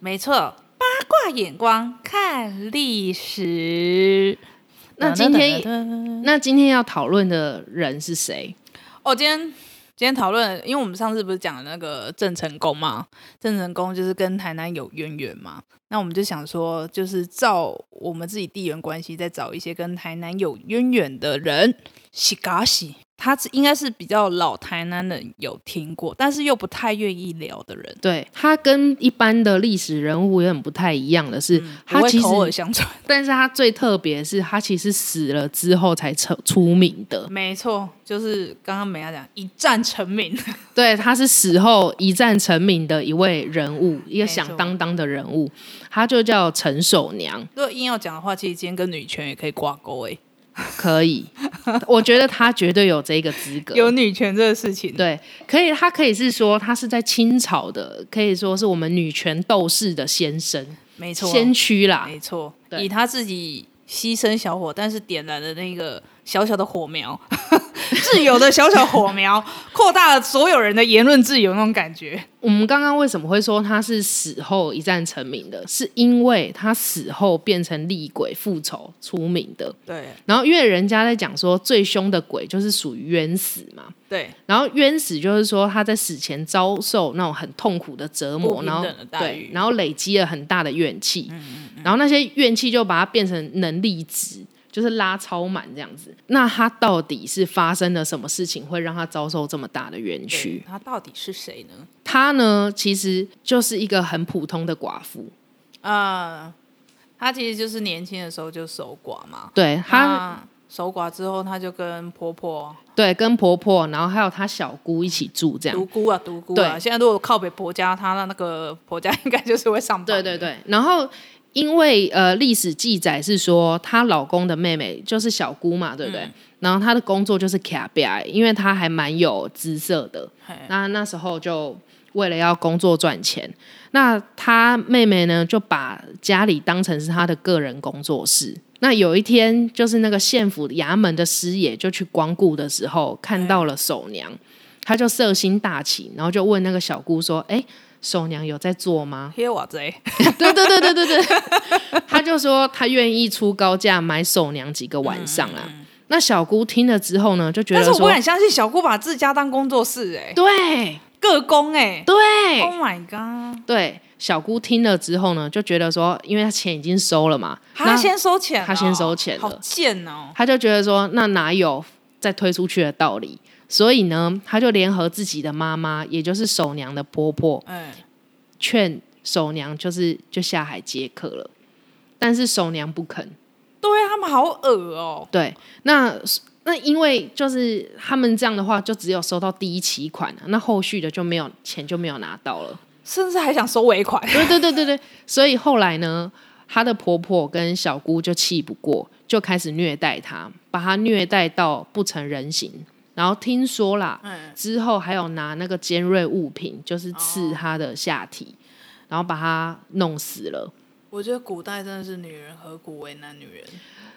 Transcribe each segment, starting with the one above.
没错，八卦眼光看历史。那今天天，那今天要讨论的人是谁？哦，今天今天讨论，因为我们上次不是讲了那个郑成功嘛，郑成功就是跟台南有渊源嘛，那我们就想说，就是照我们自己地缘关系，再找一些跟台南有渊源的人，喜嘎喜，他是应该是比较老台南人有听过，但是又不太愿意聊的人。对他跟一般的历史人物有点不太一样的是，嗯不他会其实口耳相传，但是他最特别的是，他其实死了之后才成出名的。没错，就是刚刚美亚讲一战成名，对，他是死后一战成名的一位人物，一个没错响当当的人物，他就叫陈守娘。如果硬要讲的话，其实今天跟女权也可以挂钩欸诶、可以，我觉得他绝对有这个资格。有女权这个事情，对，可以，他可以是说他是在清朝的，可以说是我们女权斗士的先生、没错，先驱啦。没错，对以他自己牺牲小火，但是点燃的那个小小的火苗， 自由的小小火苗， 扩大了所有人的言论自由那种感觉。我们刚刚为什么会说他是死后一战成名的？是因为他死后变成厉鬼复仇出名的。对然后因为人家在讲说最凶的鬼就是属于冤死嘛，对，然后冤死就是说他在死前遭受那种很痛苦的折不磨，平然后等的待对遇，嗯然后累积了很大的怨气，然后那些怨气就把它变成能力值。就是拉超满这样子，那他到底是发生了什么事情，会让他遭受这么大的冤对？屈他到底是谁呢？她呢，其实就是一个很普通的寡妇。啊、他其实就是年轻的时候就守寡嘛，对她，那守寡之后，他就跟婆婆对跟婆婆，然后还有她小姑一起住这独样。孤啊独孤啊，对现在如果靠北婆家，他那那个婆家应该就是会上榜。对对，对，然后因为呃，历史记载是说她老公的妹妹就是小姑嘛，对不对？然后她的工作就是卡比埃，因为她还蛮有姿色的。嘿那那时候就为了要工作赚钱，那她妹妹呢就把家里当成是她的个人工作室。那有一天，就是那个县府衙门的师爷就去光顾的时候，看到了守娘，他就色心大起，然后就问那个小姑说：“哎、守娘有在做吗黑瓦贼，？”对对对对对 对，他就说他愿意出高价买守娘几个晚上啊。那小姑听了之后呢，就觉嗯但得是我不说敢相信小姑把自家当工作室、欸，哎，对各工哎、对 o h my god！对，小姑听了之后呢，就觉得说，因为她钱已经收了嘛，他那先收钱哦，他先收钱了好贱哦！她就觉得说，那哪有再推出去的道理？所以呢，她就联合自己的妈妈，也就是守娘的婆婆，哎，劝守娘就是就下海接客了。但是守娘不肯。对啊他们好恶哦，对，那那因为就是他们这样的话，就只有收到第一期款、啊，那后续的就没有钱就没有拿到了。甚至还想收尾款。对对对对对，所以后来呢，她的婆婆跟小姑就气不过，就开始虐待她，把她虐待到不成人形。然后听说啦，嗯，之后还有拿那个尖锐物品，就是哦刺她的下体，然后把她弄死了。我觉得古代真的是女人何苦为难女人，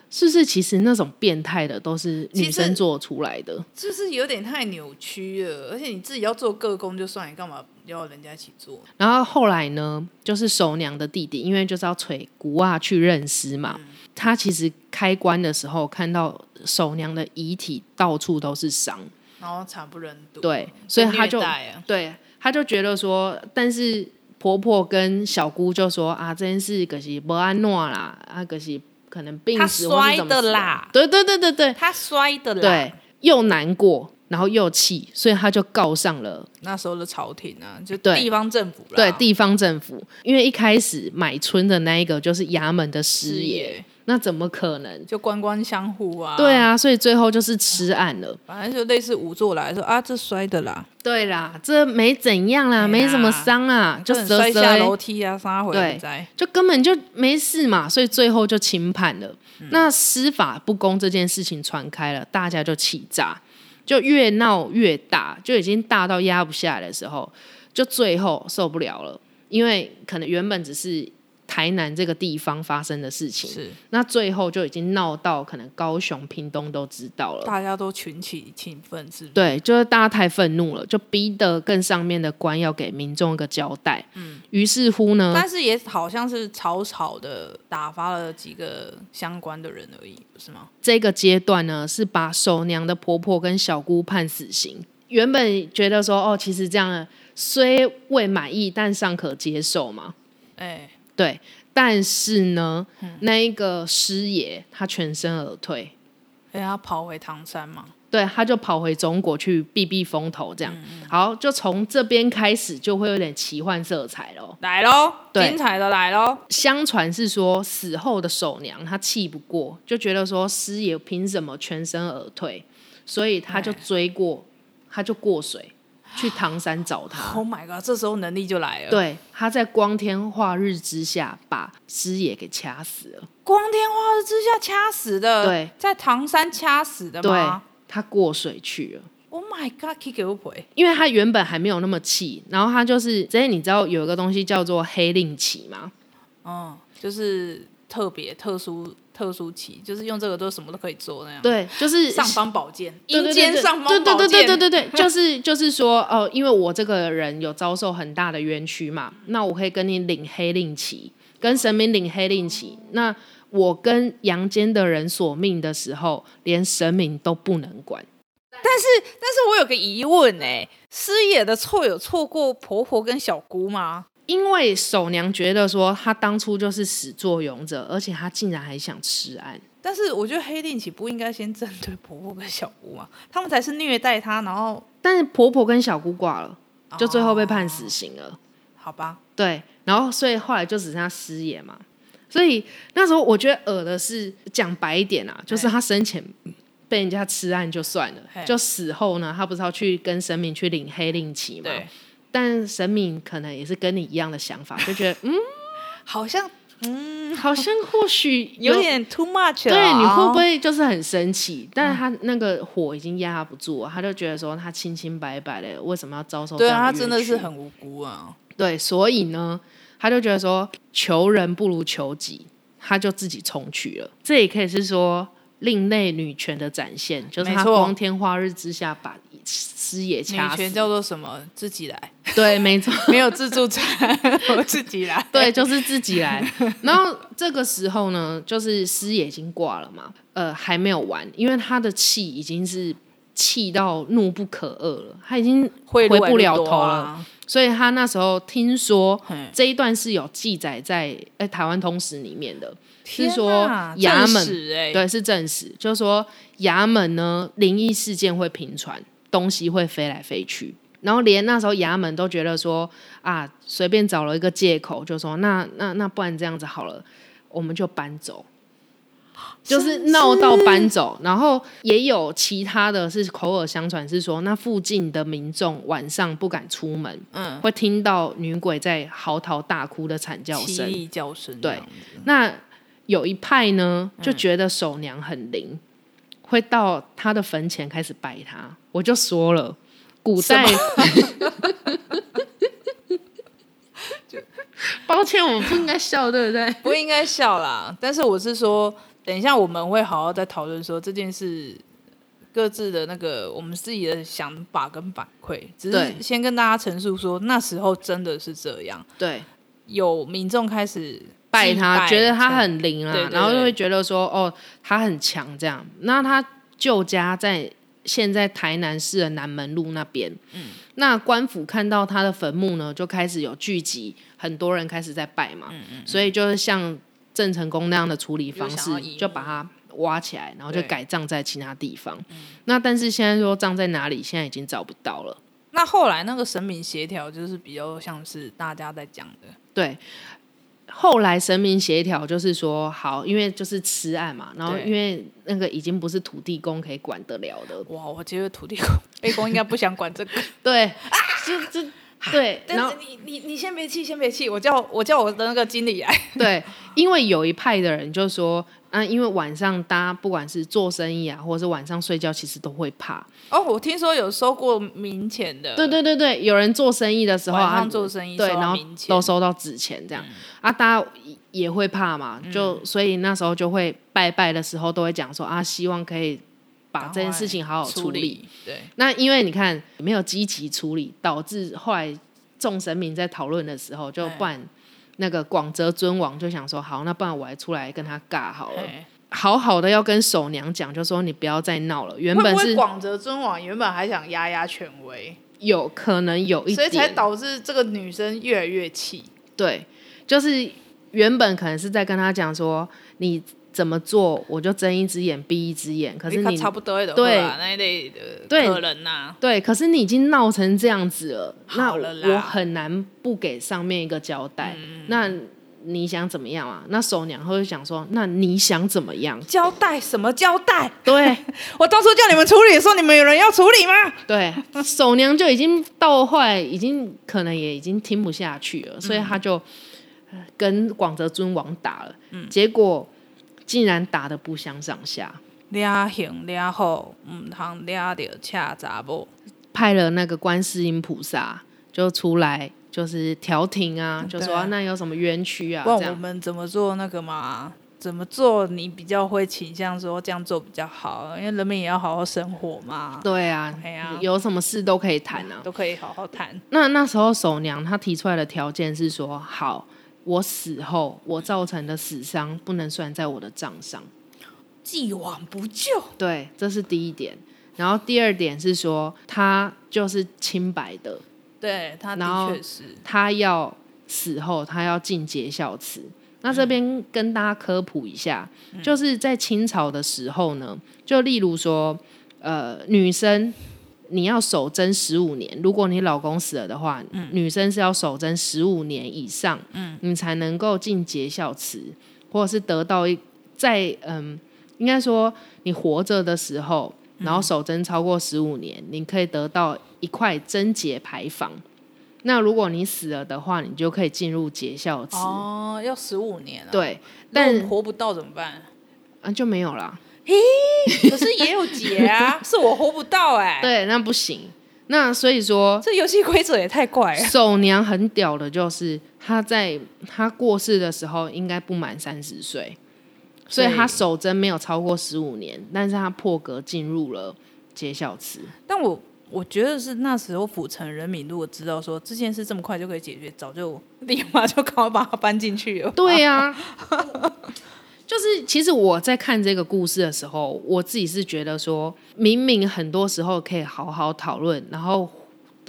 是不是？其实那种变态的都是其女实生做出来的。就是有点太扭曲了。而且你自己要做各工就算，你干嘛要人家一起做？然后后来呢，就是守娘的弟弟，因为就是要催古啊去认尸嘛。他其实开棺的时候看到守娘的遗体到处都是伤，然后惨不忍睹。对所以被虐他就待啊对，他就觉得说，但是婆婆跟小姑就说啊，这件事可是不安诺啦，啊可是可能病死他或摔是怎么死的啦啊对对对对对他摔的啦。对，又难过，然后又气，所以他就告上了那时候的朝廷啊，就对地方政府啦，对地方政府，因为一开始买春的那一个就是衙门的师事爷，业那怎么可能？就官官相护啊。对啊，所以最后就是吃案了。反正就类似仵作来说啊，这摔的啦，对啦，这没怎样啦，没啦没什么伤啊，哎就很折摔折下欸楼梯啊，啥回对来灾。就根本就没事嘛，所以最后就轻判了。那司法不公这件事情传开了，大家就气炸，就越闹越大，就已经大到压不下来的时候，就最后受不了了，因为可能原本只是。台南这个地方发生的事情。是那最后就已经闹到可能高雄、屏东都知道了。大家都群起兴奋，是不是？对，就是大家太愤怒了，就逼得更上面的官要给民众一个交代。嗯，于是乎呢，但是也好像是草草的打发了几个相关的人而已，不是吗？这个阶段呢，是把守娘的婆婆跟小姑判死刑。原本觉得说，哦，其实这样虽未满意，但尚可接受嘛。哎、对，但是呢，那一个师爷他全身而退，哎、他跑回唐山嘛，对，他就跑回中国去避避风头，这样。好，就从这边开始就会有点奇幻色彩哦咯。来喽，对精彩的来喽，相传是说死后的守娘她气不过，就觉得说师爷凭什么全身而退，所以他就追过，他就过水去唐山找他。 ！Oh my god，这时候能力就来了，，对，他在光天化日之下把师爷给掐死了。光天化日之下掐死的，对，在唐山掐死的对吗，他过水去了。 ？Oh my god，kick 给我赔，因为他原本还没有那么气，然后他就是，之前你知道有一个东西叫做黑令旗吗？嗯，就是特别特殊特殊期，就是用这个都什么都可以做那样，，对，就是上方宝剑，对阴间上方宝对剑，对对对对对对，就是 就是说，哦，因为我这个人有遭受很大的冤屈嘛，那我可以跟你领黑令旗，跟神明领黑令旗。那我跟阳间的人索命的时候，连神明都不能管。但是我有个疑问哎、师爷的错有错过婆婆跟小姑吗？因为守娘觉得说，她当初就是始作俑者，而且她竟然还想吃案。但是我觉得黑令旗不应该先针对婆婆跟小姑嘛， 他们才是虐待她，然后但是婆婆跟小姑挂了，就最后被判死刑了。好吧，对，然后所以后来就只剩下师爷嘛。所以那时候我觉得恶的是讲白一点啊，就是他生前被人家吃案就算嘿了，就死后呢，他不是要去跟神明去领黑令旗嘛？对，但神明可能也是跟你一样的想法，就觉得嗯，好像 好像或许有。点哦嗯 too much 了、啊对，你会不？会就是很生气？但是他那个火已经压不住了，他就觉得说他清清白白的，为什么要遭受这对样啊，她的真冤的是屈很无辜啊。对，所以呢，他就觉得说求人不如求己，他就自己冲去了。这也可以是说另类女权的展现，就是没他错光天化日之下把师爷女掐权死。叫做什么？自己来，对，没错，没有自助餐， 我自己来。对，就是自己来。然后这个时候呢，就是师爷已经挂了嘛，呃，还没有完，因为他的气已经是气到怒不可遏了，他已经贿回赂还不不了多头了啊。所以他那时候听说嗯这一段是有记载在《哎、台湾通史》里面的，是天啊说哪衙正门史哎，对是正史，就是说衙门呢灵异事件会频传，东西会飞来飞去，然后连那时候衙门都觉得说啊，随便找了一个借口，就说那那那不然这样子好了，我们就搬走。就是闹到搬走，然后也有其他的是口耳相传，是说那附近的民众晚上不敢出门，嗯，会听到女鬼在嚎啕大哭的惨叫蜥声。蜴叫声啊对这样子，那有一派呢，就觉得守娘很灵，会到她的坟前开始拜她。我就说了，古代， 抱歉，我们不应该笑，对不对？ 不应该笑啦，但是我是说，等一下我们会好好再讨论说这件事各自的那个我们自己的想法跟反馈，只对是先跟大家陈述说那时候真的是这样，对，有民众开始拜祭她，觉得她这样很灵啊，对对然后就对会觉得说，哦，她很强这样。那她舅家在现在台南市的南门路那边，嗯，那官府看到她的坟墓呢，就开始有聚集，很多人开始在拜嘛，嗯嗯所以就是像郑成功那样的处理方有式想要移墓，就把它挖起来，然后就对嗯改葬在其他地方。那但是现在说葬在哪里，现在已经找不到了。那后来那个神明协调就是比较像是大家在讲的，对，后来神明协调就是说，好，因为就是吃案嘛，然后对因为那个已经不是土地公可以啊管得了的， 哎哇，我觉得土地公背公应该不想管这个，对，就就 对，然但后是你你你先别气，先别气，我叫我叫我的那个经理来。对，因为有一派的人就说，啊，因为晚上大家不管是做生意啊，或者是晚上睡觉，其实都会怕。 哦，我听说有收过明钱的，对对对对，有人做生意的时候呃晚啊，上做生意对，收到然后明嗯钱都收到纸钱这样、啊，大家也会怕嘛，嗯就、所以那时候就会拜拜的时候都会讲说啊，希望可以把这件事情好好处处理。理，对，那因为你看没有积极处理，导致后来众神明在讨论的时候，就哎不然那个广泽尊王就想说，好，那不然我还出来跟他尬好了，哎好好的要跟守娘讲，就说你不要再闹了。原会本不会是广泽尊王原本还想压压权威，有可能有一所以才点，导致这个女生越来越气？对，就是原本可能是在跟他讲说你怎么做，我就睁一只眼闭一只眼，可是因为你哎他差不多也都对会啊那一类的啊对客人呐，对，可是你已经闹成这样子了，那好了啦？我很难不给上面一个交代。那你想怎么样啊？那守娘会想说，那你想怎么样交代什么交代？对我当初叫你们处理的时候，你们有人要处理吗？对，守娘就已经到后来，已经可能也已经听不下去了，所以嗯他就呃跟广泽尊王打了，嗯结果竟然打得不相上下。俩行俩后，唔通俩着恰查某。派了那个观世音菩萨就出来，就是调停啊，就对啊说、啊那有什么冤屈啊？这问我样们怎么做那个嘛？怎么做你比较会倾向说这样做比较好？因为人民也要好好生活嘛，对啊，哎呀有什么事都可以谈啊。都可以好好谈。那那时候守娘她提出来的条件是说，好，我死后我造成的死伤不能算在我的账上，既往不咎，对，这是第一点。然后第二点是说，她就是清白的，对他然的后确是他要死后，他要进节孝祠。那这边跟大家科普一下，就是在清朝的时候呢，就例如说，呃，女生你要守贞十五年，如果你老公死了的话，女生是要守贞十五年以上，你才能够进节孝祠，或者是得到一在嗯，应该说你活着的时候，然后守贞超过十五年，你可以得到一块贞节牌坊。那如果你死了的话，你就可以进入节孝祠。哦，要十五年了。，对，但但活不到怎么 办？啊就没有啦。可是也有解啊，是我活不到哎、对，那不行。那所以说，这游戏规则也太怪了。守娘很屌的，就是她在她过世的时候应该不满三十岁，所以所以她守贞没有超过十五年，但是她破格进入了节孝祠。但我我觉得是那时候府城人民如果知道说这件事这么快就可以解决，早就立马就赶快把它搬进去了。对啊呀、 就是其实我在看这个故事的时候，我自己是觉得说，明明很多时候可以好好讨论，然后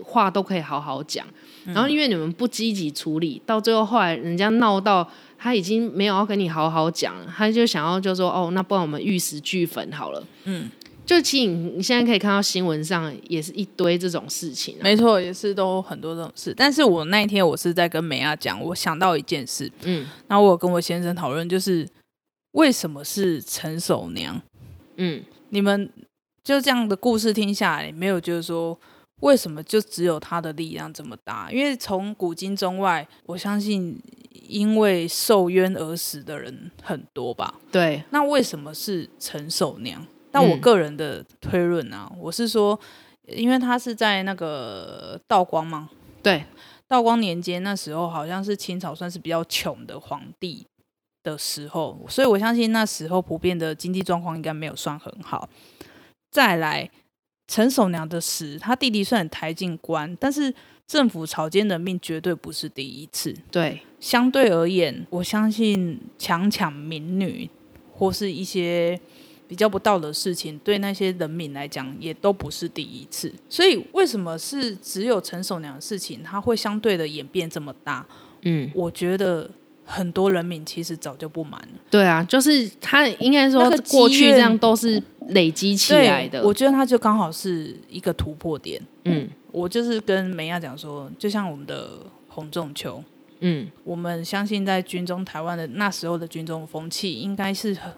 话都可以好好讲，然后因为你们不积极处理，到最后后来人家闹到他已经没有要跟你好好讲，他就想要就说哦，那不然我们玉石俱焚好了，嗯。就其实你你现在可以看到新闻上也是一堆这种事情、啊，没错，也是都很多这种事。但是我那一天我是在跟美亚讲，我想到一件事，嗯然后我有跟我先生讨论，就是为什么是陈守娘？嗯，你们就这样的故事听下来，没有觉得说为什么就只有她的力量这么大？因为从古今中外，我相信因为受冤而死的人很多吧。对，那为什么是陈守娘？但我嗯个人的推论啊，我是说，因为她是在那个道光嘛，对，道光年间那时候好像是清朝算是比较穷的皇帝的时候，所以我相信那时候普遍的经济状况应该没有算很好。再来，陈守娘的死，她弟弟虽然抬进官，但是政府草菅人命绝对不是第一次。对，相对而言，我相信强抢民女或是一些比较不道德的事情，对那些人民来讲也都不是第一次。所以，为什么是只有陈守娘的事情，它会相对的演变这么大？嗯，我觉得很多人民其实早就不满了。对啊，就是他应该说那个积过去怨这样都是累积起对，来的。我觉得它就刚好是一个突破点。嗯我就是跟梅亚讲说，就像我们的洪仲秋，嗯，我们相信在军中台湾的那时候的军中风气，应该是很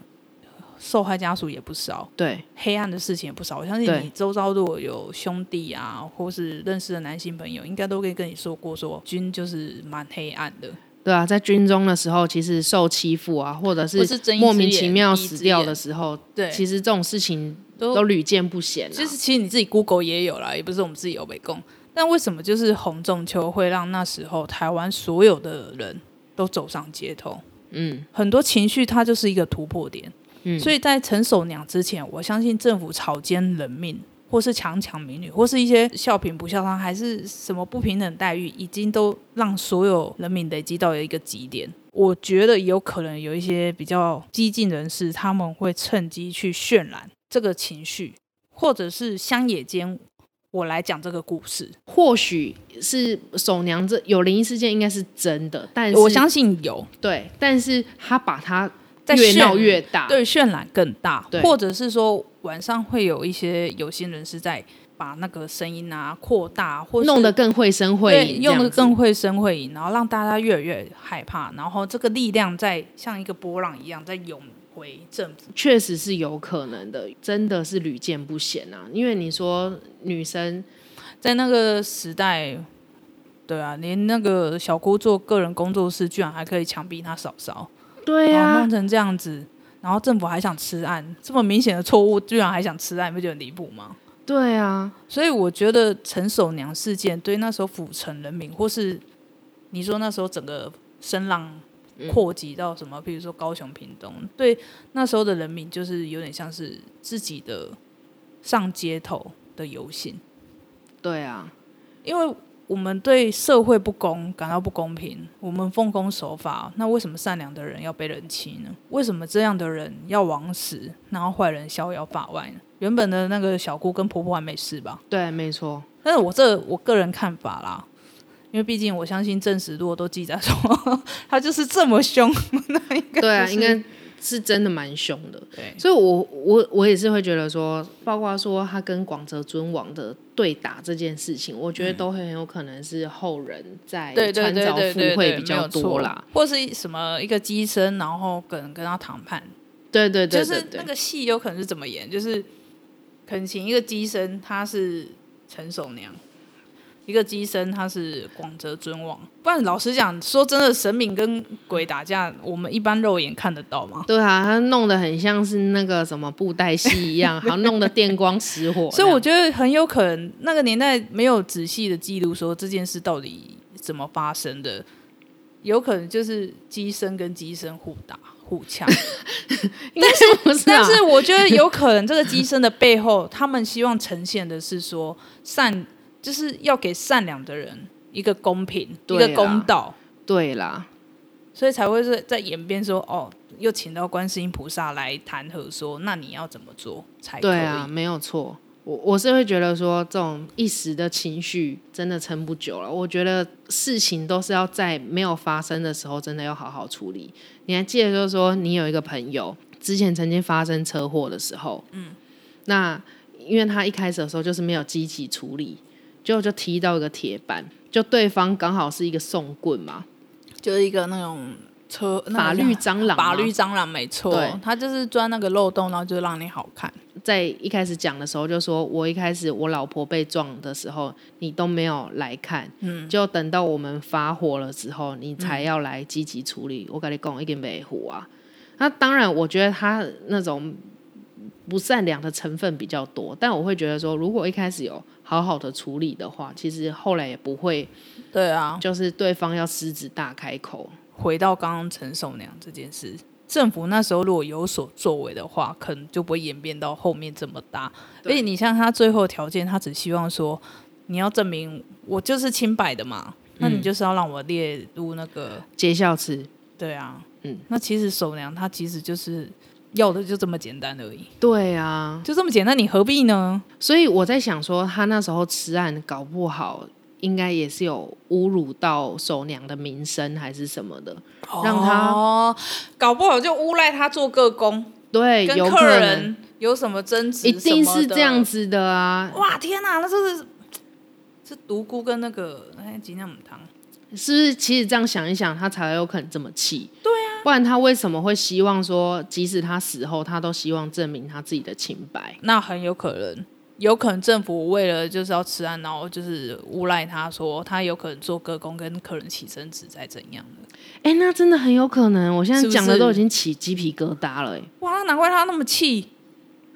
受害家属也不少，对黑暗的事情也不少。我相对信你周遭如果有兄弟啊，或是认识的男性朋友，应该都可以跟你说过说，军就是蛮黑暗的，对啊，在军中的时候，其实受欺负啊，或者或是是睁一只眼莫名其妙闭一只死掉眼的时候，对，其实这种事情都都屡见不鲜、啊。就是其实你自己 Google 也有啦，也不是我们自己有北共。但为什么就是洪仲秋会让那时候台湾所有的人都走上街头？嗯很多情绪它就是一个突破点。嗯，所以在陈守娘之前，我相信政府草菅人命，或是强抢民女，或是一些笑贫不笑娼，还是什么不平等待遇，已经都让所有人民累积到了一个极点。我觉得有可能有一些比较激进人士，他们会趁机去渲染这个情绪，或者是乡野间我来讲这个故事，或许是守娘这有灵异事件应该是真的，但是我相信有对，但是他把它在越渲闹染越大，对渲染更大对，或者是说晚上会有一些有心人士在把那个声音啊扩大，或是弄得更绘声绘对影，用的更会声会影，然后让大家越来越害怕，然后这个力量在像一个波浪一样在涌回政府。确实是有可能的，真的是屡见不鲜啊。因为你说女生在那个时代，对啊，连那个小姑做个人工作室，居然还可以强逼他嫂嫂，对然后啊弄，成这样子。然后政府还想吃案，这么明显的错误，居然还想吃案，你不觉得很离谱吗？对啊，所以我觉得陈守娘事件对那时候府城人民，或是你说那时候整个声浪嗯扩及到什么，比如说高雄、屏东，对那时候的人民，就是有点像是自己的上街头的游行，对啊，因为我们对社会不公感到不公平，我们奉公守法，那为什么善良的人要被人欺呢？为什么这样的人要枉死，然后坏人逍遥法外呢？原本的那个小姑跟婆婆还没事吧？对，没错，但是我这我个人看法啦，因为毕竟我相信正史如果都记载说 他就是这么凶，那应该对啊，就是应该是真的蛮凶的。对所以我，我我也是会觉得说，包括说他跟广泽尊王的对打这件事情，我觉得都很有可能是后人在 嗯对对穿对凿对对附对会比较多啦。，没有错或是什么一个机身，然后跟跟他谈判，对对对就对是那对，个戏有可能是怎么演，就是可能请一个机身他是陈守娘。一个机身，他是广泽尊王。不然，老实讲，说真的，神明跟鬼打架，我们一般肉眼看得到吗？对啊，他弄得很像是那个什么布袋戏一样，好 像弄得电光石火这所样。以我觉得很有可能那个年代没有仔细的记录说这件事到底怎么发生的，有可能就是机身跟机身互打互呛。应该是 不是但啊？是我觉得有可能这个机身的背后，他们希望呈现的是说善，就是要给善良的人一个公平，一对啦啊个公道，对啦，所以才会是在演变说哦，又请到观世音菩萨来弹劾说，那你要怎么做才可以？对啊，没有错。我我是会觉得说，这种一时的情绪真的撑不久了。我觉得事情都是要在没有发生的时候，真的要好好处理。你还记得，就是说你有一个朋友之前曾经发生车祸的时候，嗯，那因为他一开始的时候就是没有积极处理，结果就踢到一个铁板，就对方刚好是一个送棍嘛，就是一个那种车那个法律蟑螂嘛，法律蟑螂没错对，他就是钻那个漏洞，然后就让你好看。在一开始讲的时候就说，我一开始我老婆被撞的时候，你都没有来看，嗯，就等到我们发火了之后，你才要来积极处理。我跟你讲，一定没虎啊。那当然，我觉得他那种不善良的成分比较多，但我会觉得说，如果一开始有好好的处理的话，其实后来也不会对啊，就是对方要狮子大开口。回到刚刚陈守娘这件事，政府那时候如果有所作为的话，可能就不会演变到后面这么大。而对且你像他最后条件，他只希望说你要证明我就是清白的嘛，嗯那你就是要让我列入那个结孝慈，对啊，嗯，那其实守娘她其实就是要的就这么简单而已，对啊，就这么简单，你何必呢？所以我在想说，他那时候吃案搞不好，应该也是有侮辱到守娘的名声还是什么的，让他哦、搞不好就诬赖他做个工，对，跟有客可能人有什么争执，一定是这样。子的啊，哇，天哪、那这是是独孤跟那个哎，吉姆汤。是不是？其实这样想一想，他才有可能这么气。对啊，不然他为什么会希望说，即使他死后，他都希望证明他自己的清白？那很有可能，有可能政府为了就是要吃啊案，然后就是诬赖他说他有可能做歌工跟客人起争执，再怎样的。哎、那真的很有可能。我现在是不讲的是都已经起鸡皮疙瘩了、哎哇，难怪他那么气，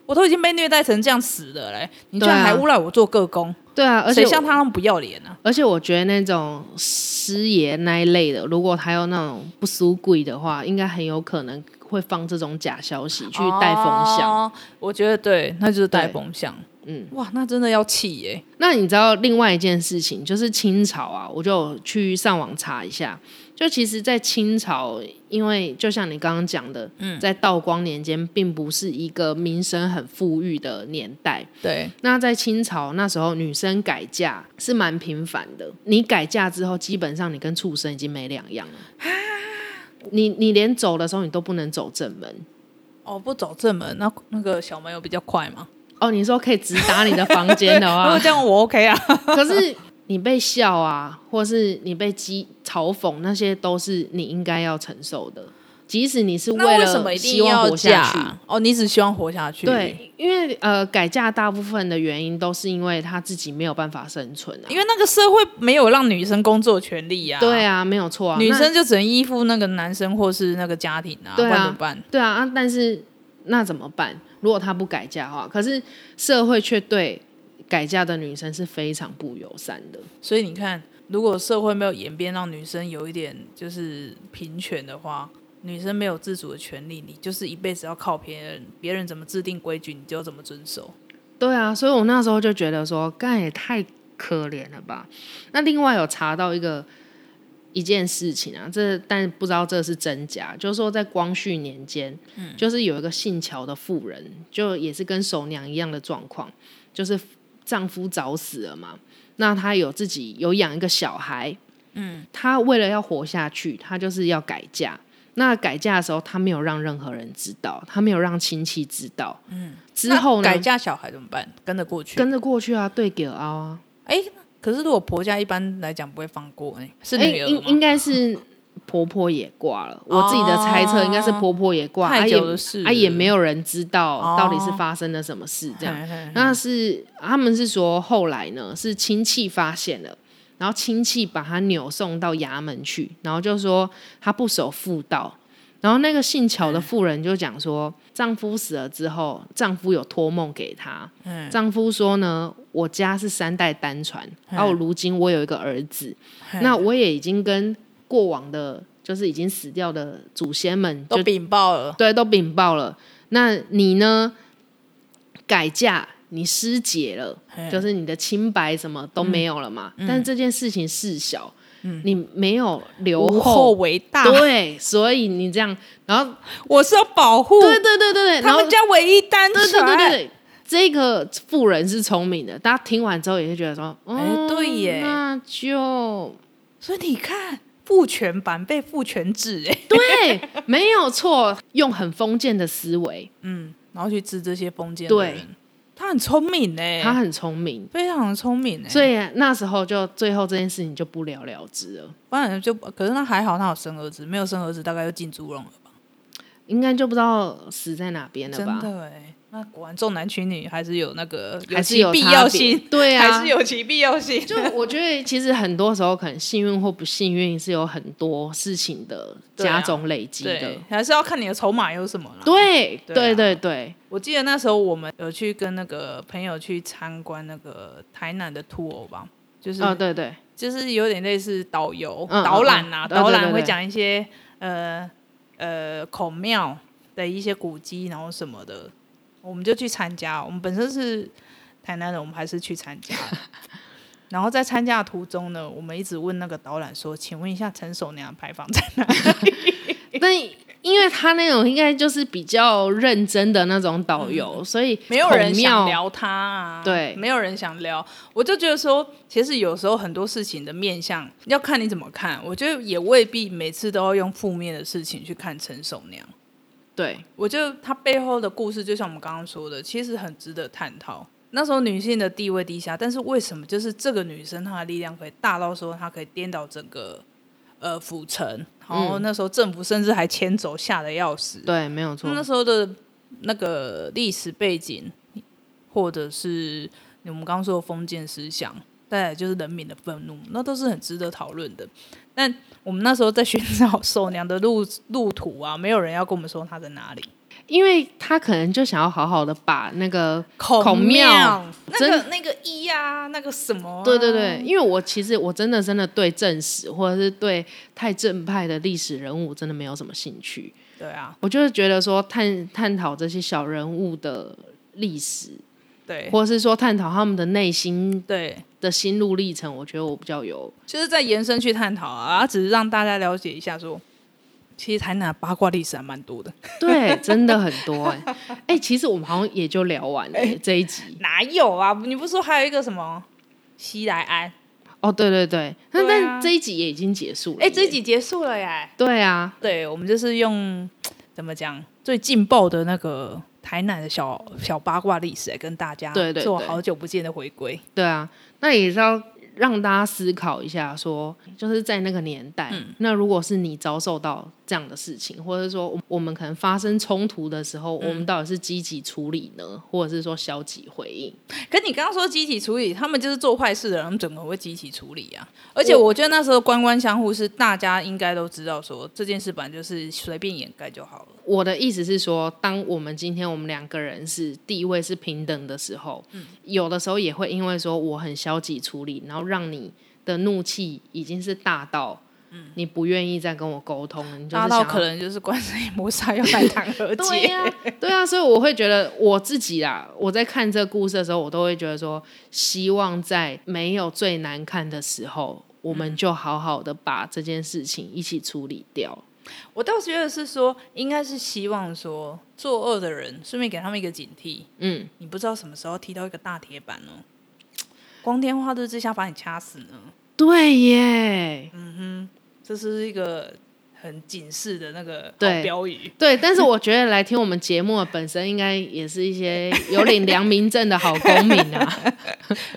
我都已经被虐待成这样死了嘞，你居然对啊还诬赖我做个工，对啊，而且谁我像他那么不要脸啊？而且我觉得那种师爷那一类的，如果他有那种不输贵的话，应该很有可能会放这种假消息去带风向。哦我觉得对，那就是带对风向。嗯，哇，那真的要气耶、那你知道另外一件事情，就是清朝啊，我就去上网查一下。就其实，在清朝，因为就像你刚刚讲的，嗯，在道光年间，并不是一个民生很富裕的年代。对，那在清朝那时候，女生改嫁是蛮频繁的。你改嫁之后，基本上你跟畜生已经没两样了。啊你你连走的时候，你都不能走正门。哦，不走正门，那那个小门有比较快吗？哦，你说可以直达你的房间的如果 话，这样我 OK 啊。可是你被笑啊，或是你被讥嘲讽，那些都是你应该要承受的。即使你是那为什么了一希定望要活下去，嫁？哦，你只希望活下去。对，因为呃，改嫁大部分的原因都是因为他自己没有办法生存啊。因为那个社会没有让女生工作权利呀、对啊，没有错啊，女那生就只能依附那个男生或是那个家庭啊，对啊不然怎么办？对啊啊，但是那怎么办？如果她不改嫁的话，可是社会却对改嫁的女生是非常不友善的。所以你看，如果社会没有演变让女生有一点就是平权的话，女生没有自主的权利，你就是一辈子要靠别人，别人怎么制定规矩，你就怎么遵守。对啊，所以我那时候就觉得说，干也太可怜了吧。那另外有查到一个一件事情啊，这但不知道这是真假，就是说在光绪年间，就是有一个姓乔的妇人，就也是跟守娘一样的状况，就是丈夫早死了嘛，那她有自己有养一个小孩，嗯，她为了要活下去，她就是要改嫁。那改嫁的时候，她没有让任何人知道，她没有让亲戚知道。嗯，之后那呢？改嫁小孩怎么办？跟着过去。跟着过去啊，对给凹啊，可是如果婆家一般来讲不会放过、哎，是哎女儿应吗？应该是婆婆也挂了，我自己的猜测应该是婆婆也挂，啊哦太也久的事啊也了没有人知道哦到底是发生了什么事这样。嘿嘿嘿那是他们是说后来呢是亲戚发现了。然后亲戚把他扭送到衙门去，然后就说他不守妇道。然后那个姓乔的妇人就讲说，丈夫死了之后，丈夫有托梦给她，嗯丈夫说呢，我家是三代单传，然后如今我有一个儿子，那我也已经跟过往的，就是已经死掉的祖先们就都禀报了。对都禀报了。那你呢？改嫁，你失节了，就是你的清白什么嗯都没有了嘛。但是这件事情事小，你没有留无后啊后。啊为大，对，所以你这样，然后我是要保护对对对对对，然他后们家唯一单对纯。对对对对，这个富人是聪明的，大家听完之后也会觉得说，哦、哎对耶那就所以你看，父权版被父权制哎、对， 没有错，用很封建的思维，嗯，然后去治这些封建的人，他很聪明哎、他很聪明，非常的聪明哎、所以那时候就最后这件事情就不了了之了，不然就可是那还好，他有生儿子，没有生儿子大概就进猪笼了吧？应该就不知道死在哪边了真吧？的哎、那果然重男轻女还是有那个还是其有必差要别性，对啊， 还是有其必要性。就我觉得，其实很多时候可能幸运或不幸运是有很多事情的对啊加总累积的。对，还是要看你的筹码有什么啦。对对啊对对对，我记得那时候我们有去跟那个朋友去参观那个台南的兔偶吧，就是、哦对对，就是有点类似导游、嗯导览呐、啊，嗯嗯导对对览对会讲一些呃呃孔庙的一些古迹，然后什么的，我们就去参加。我们本身是台南人，我们还是去参 加了。然后在参加的途中呢，我们一直问那个导览说：“请问一下，陈守娘的牌坊在 哪但因为他那种应该就是比较认真的那种导游，所以嗯没有人想孔庙。聊他啊，对没有人想聊。我就觉得说，其实有时候很多事情的面向要看你怎么看。我觉得也未必每次都要用负面的事情去看陈守娘。对我觉得她背后的故事，就像我们刚刚说的，其实很值得探讨。那时候女性的地位低下，但是为什么就是这个女生她的力量可以大到说她可以颠倒整个呃府城，然后那时候政府甚至还迁走，吓得要死。嗯对，没有错那。那时候的那个历史背景，或者是嗯我们刚刚说的封建思想，再来就是人民的愤怒，那都是很值得讨论的。但我们那时候在寻找守娘的路路途啊，没有人要跟我们说她在哪里。因为他可能就想要好好的把那个孔孔庙那个那个一呀、那个什么、啊对对哦对，，因为我其实我真的真的对正史或者是对太正派的历史人物真的没有什么兴趣，对啊，我就是觉得说探探讨这些小人物的历史，对或者是说探讨他们的内心对，的心路历程，我觉得我比较有就是在延伸去探讨啊，只是让大家了解一下说，其实台南的八卦历史还蛮多的，对，真的很多哎、哎、其实我们好像也就聊完了、哎这一集哪有啊？你不是说还有一个什么西来安？哦，对对对，那、对啊但这一集也已经结束了哎、耶，这一集结束了耶！对啊，对，我们就是用怎么讲最劲爆的那个台南的小小八卦历史来跟大家对对做对好久不见的回归。对啊，那也是要让大家思考一下说，就是在那个年代，嗯那如果是你遭受到这样的事情，或者说我我们可能发生冲突的时嗯候，我们到底是积极处理呢，或者是说消极回应？可你刚刚说集体处理，他们就是做坏事的人，他们怎么会集体处理啊？而且我觉得那时候官官相护是大家应该都知道说这件事本来就是随便掩盖就好了。我的意思是说，当我们今天我们两个人是地位是平等的时候，嗯有的时候也会因为说我很消极处理，然后让你的怒气已经是大到。你不愿意再跟我沟通了，你就是嗯大想到要可能就是官商谋杀要来谈 和对解。呀、对呀、所以我会觉得我自己啦，我在看这个故事的时候，我都会觉得说，希望在没有最难看的时候，我嗯们就好好的把这件事情一起处理掉。我倒觉得是说，应该是希望说作恶的人，顺便给他们一个警惕。嗯，你不知道什么时候踢到一个大铁板哦，光天化日之下把你掐死呢，对耶，这是一个很警示的那个对好标语。对。但是我觉得来听我们节目的本身，应该也是一些有领良民证的好公民 啊。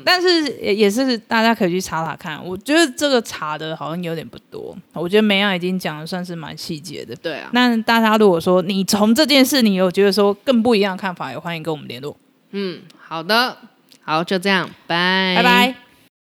但是也也是大家可以去查查看，我觉得这个查的好像有点不多。我觉得梅亚已经讲的算是蛮细节的。对啊，那大家如果说你从这件事你有觉得说更不一样的看法，也欢迎跟我们联络。嗯，好的，好，就这样，拜拜。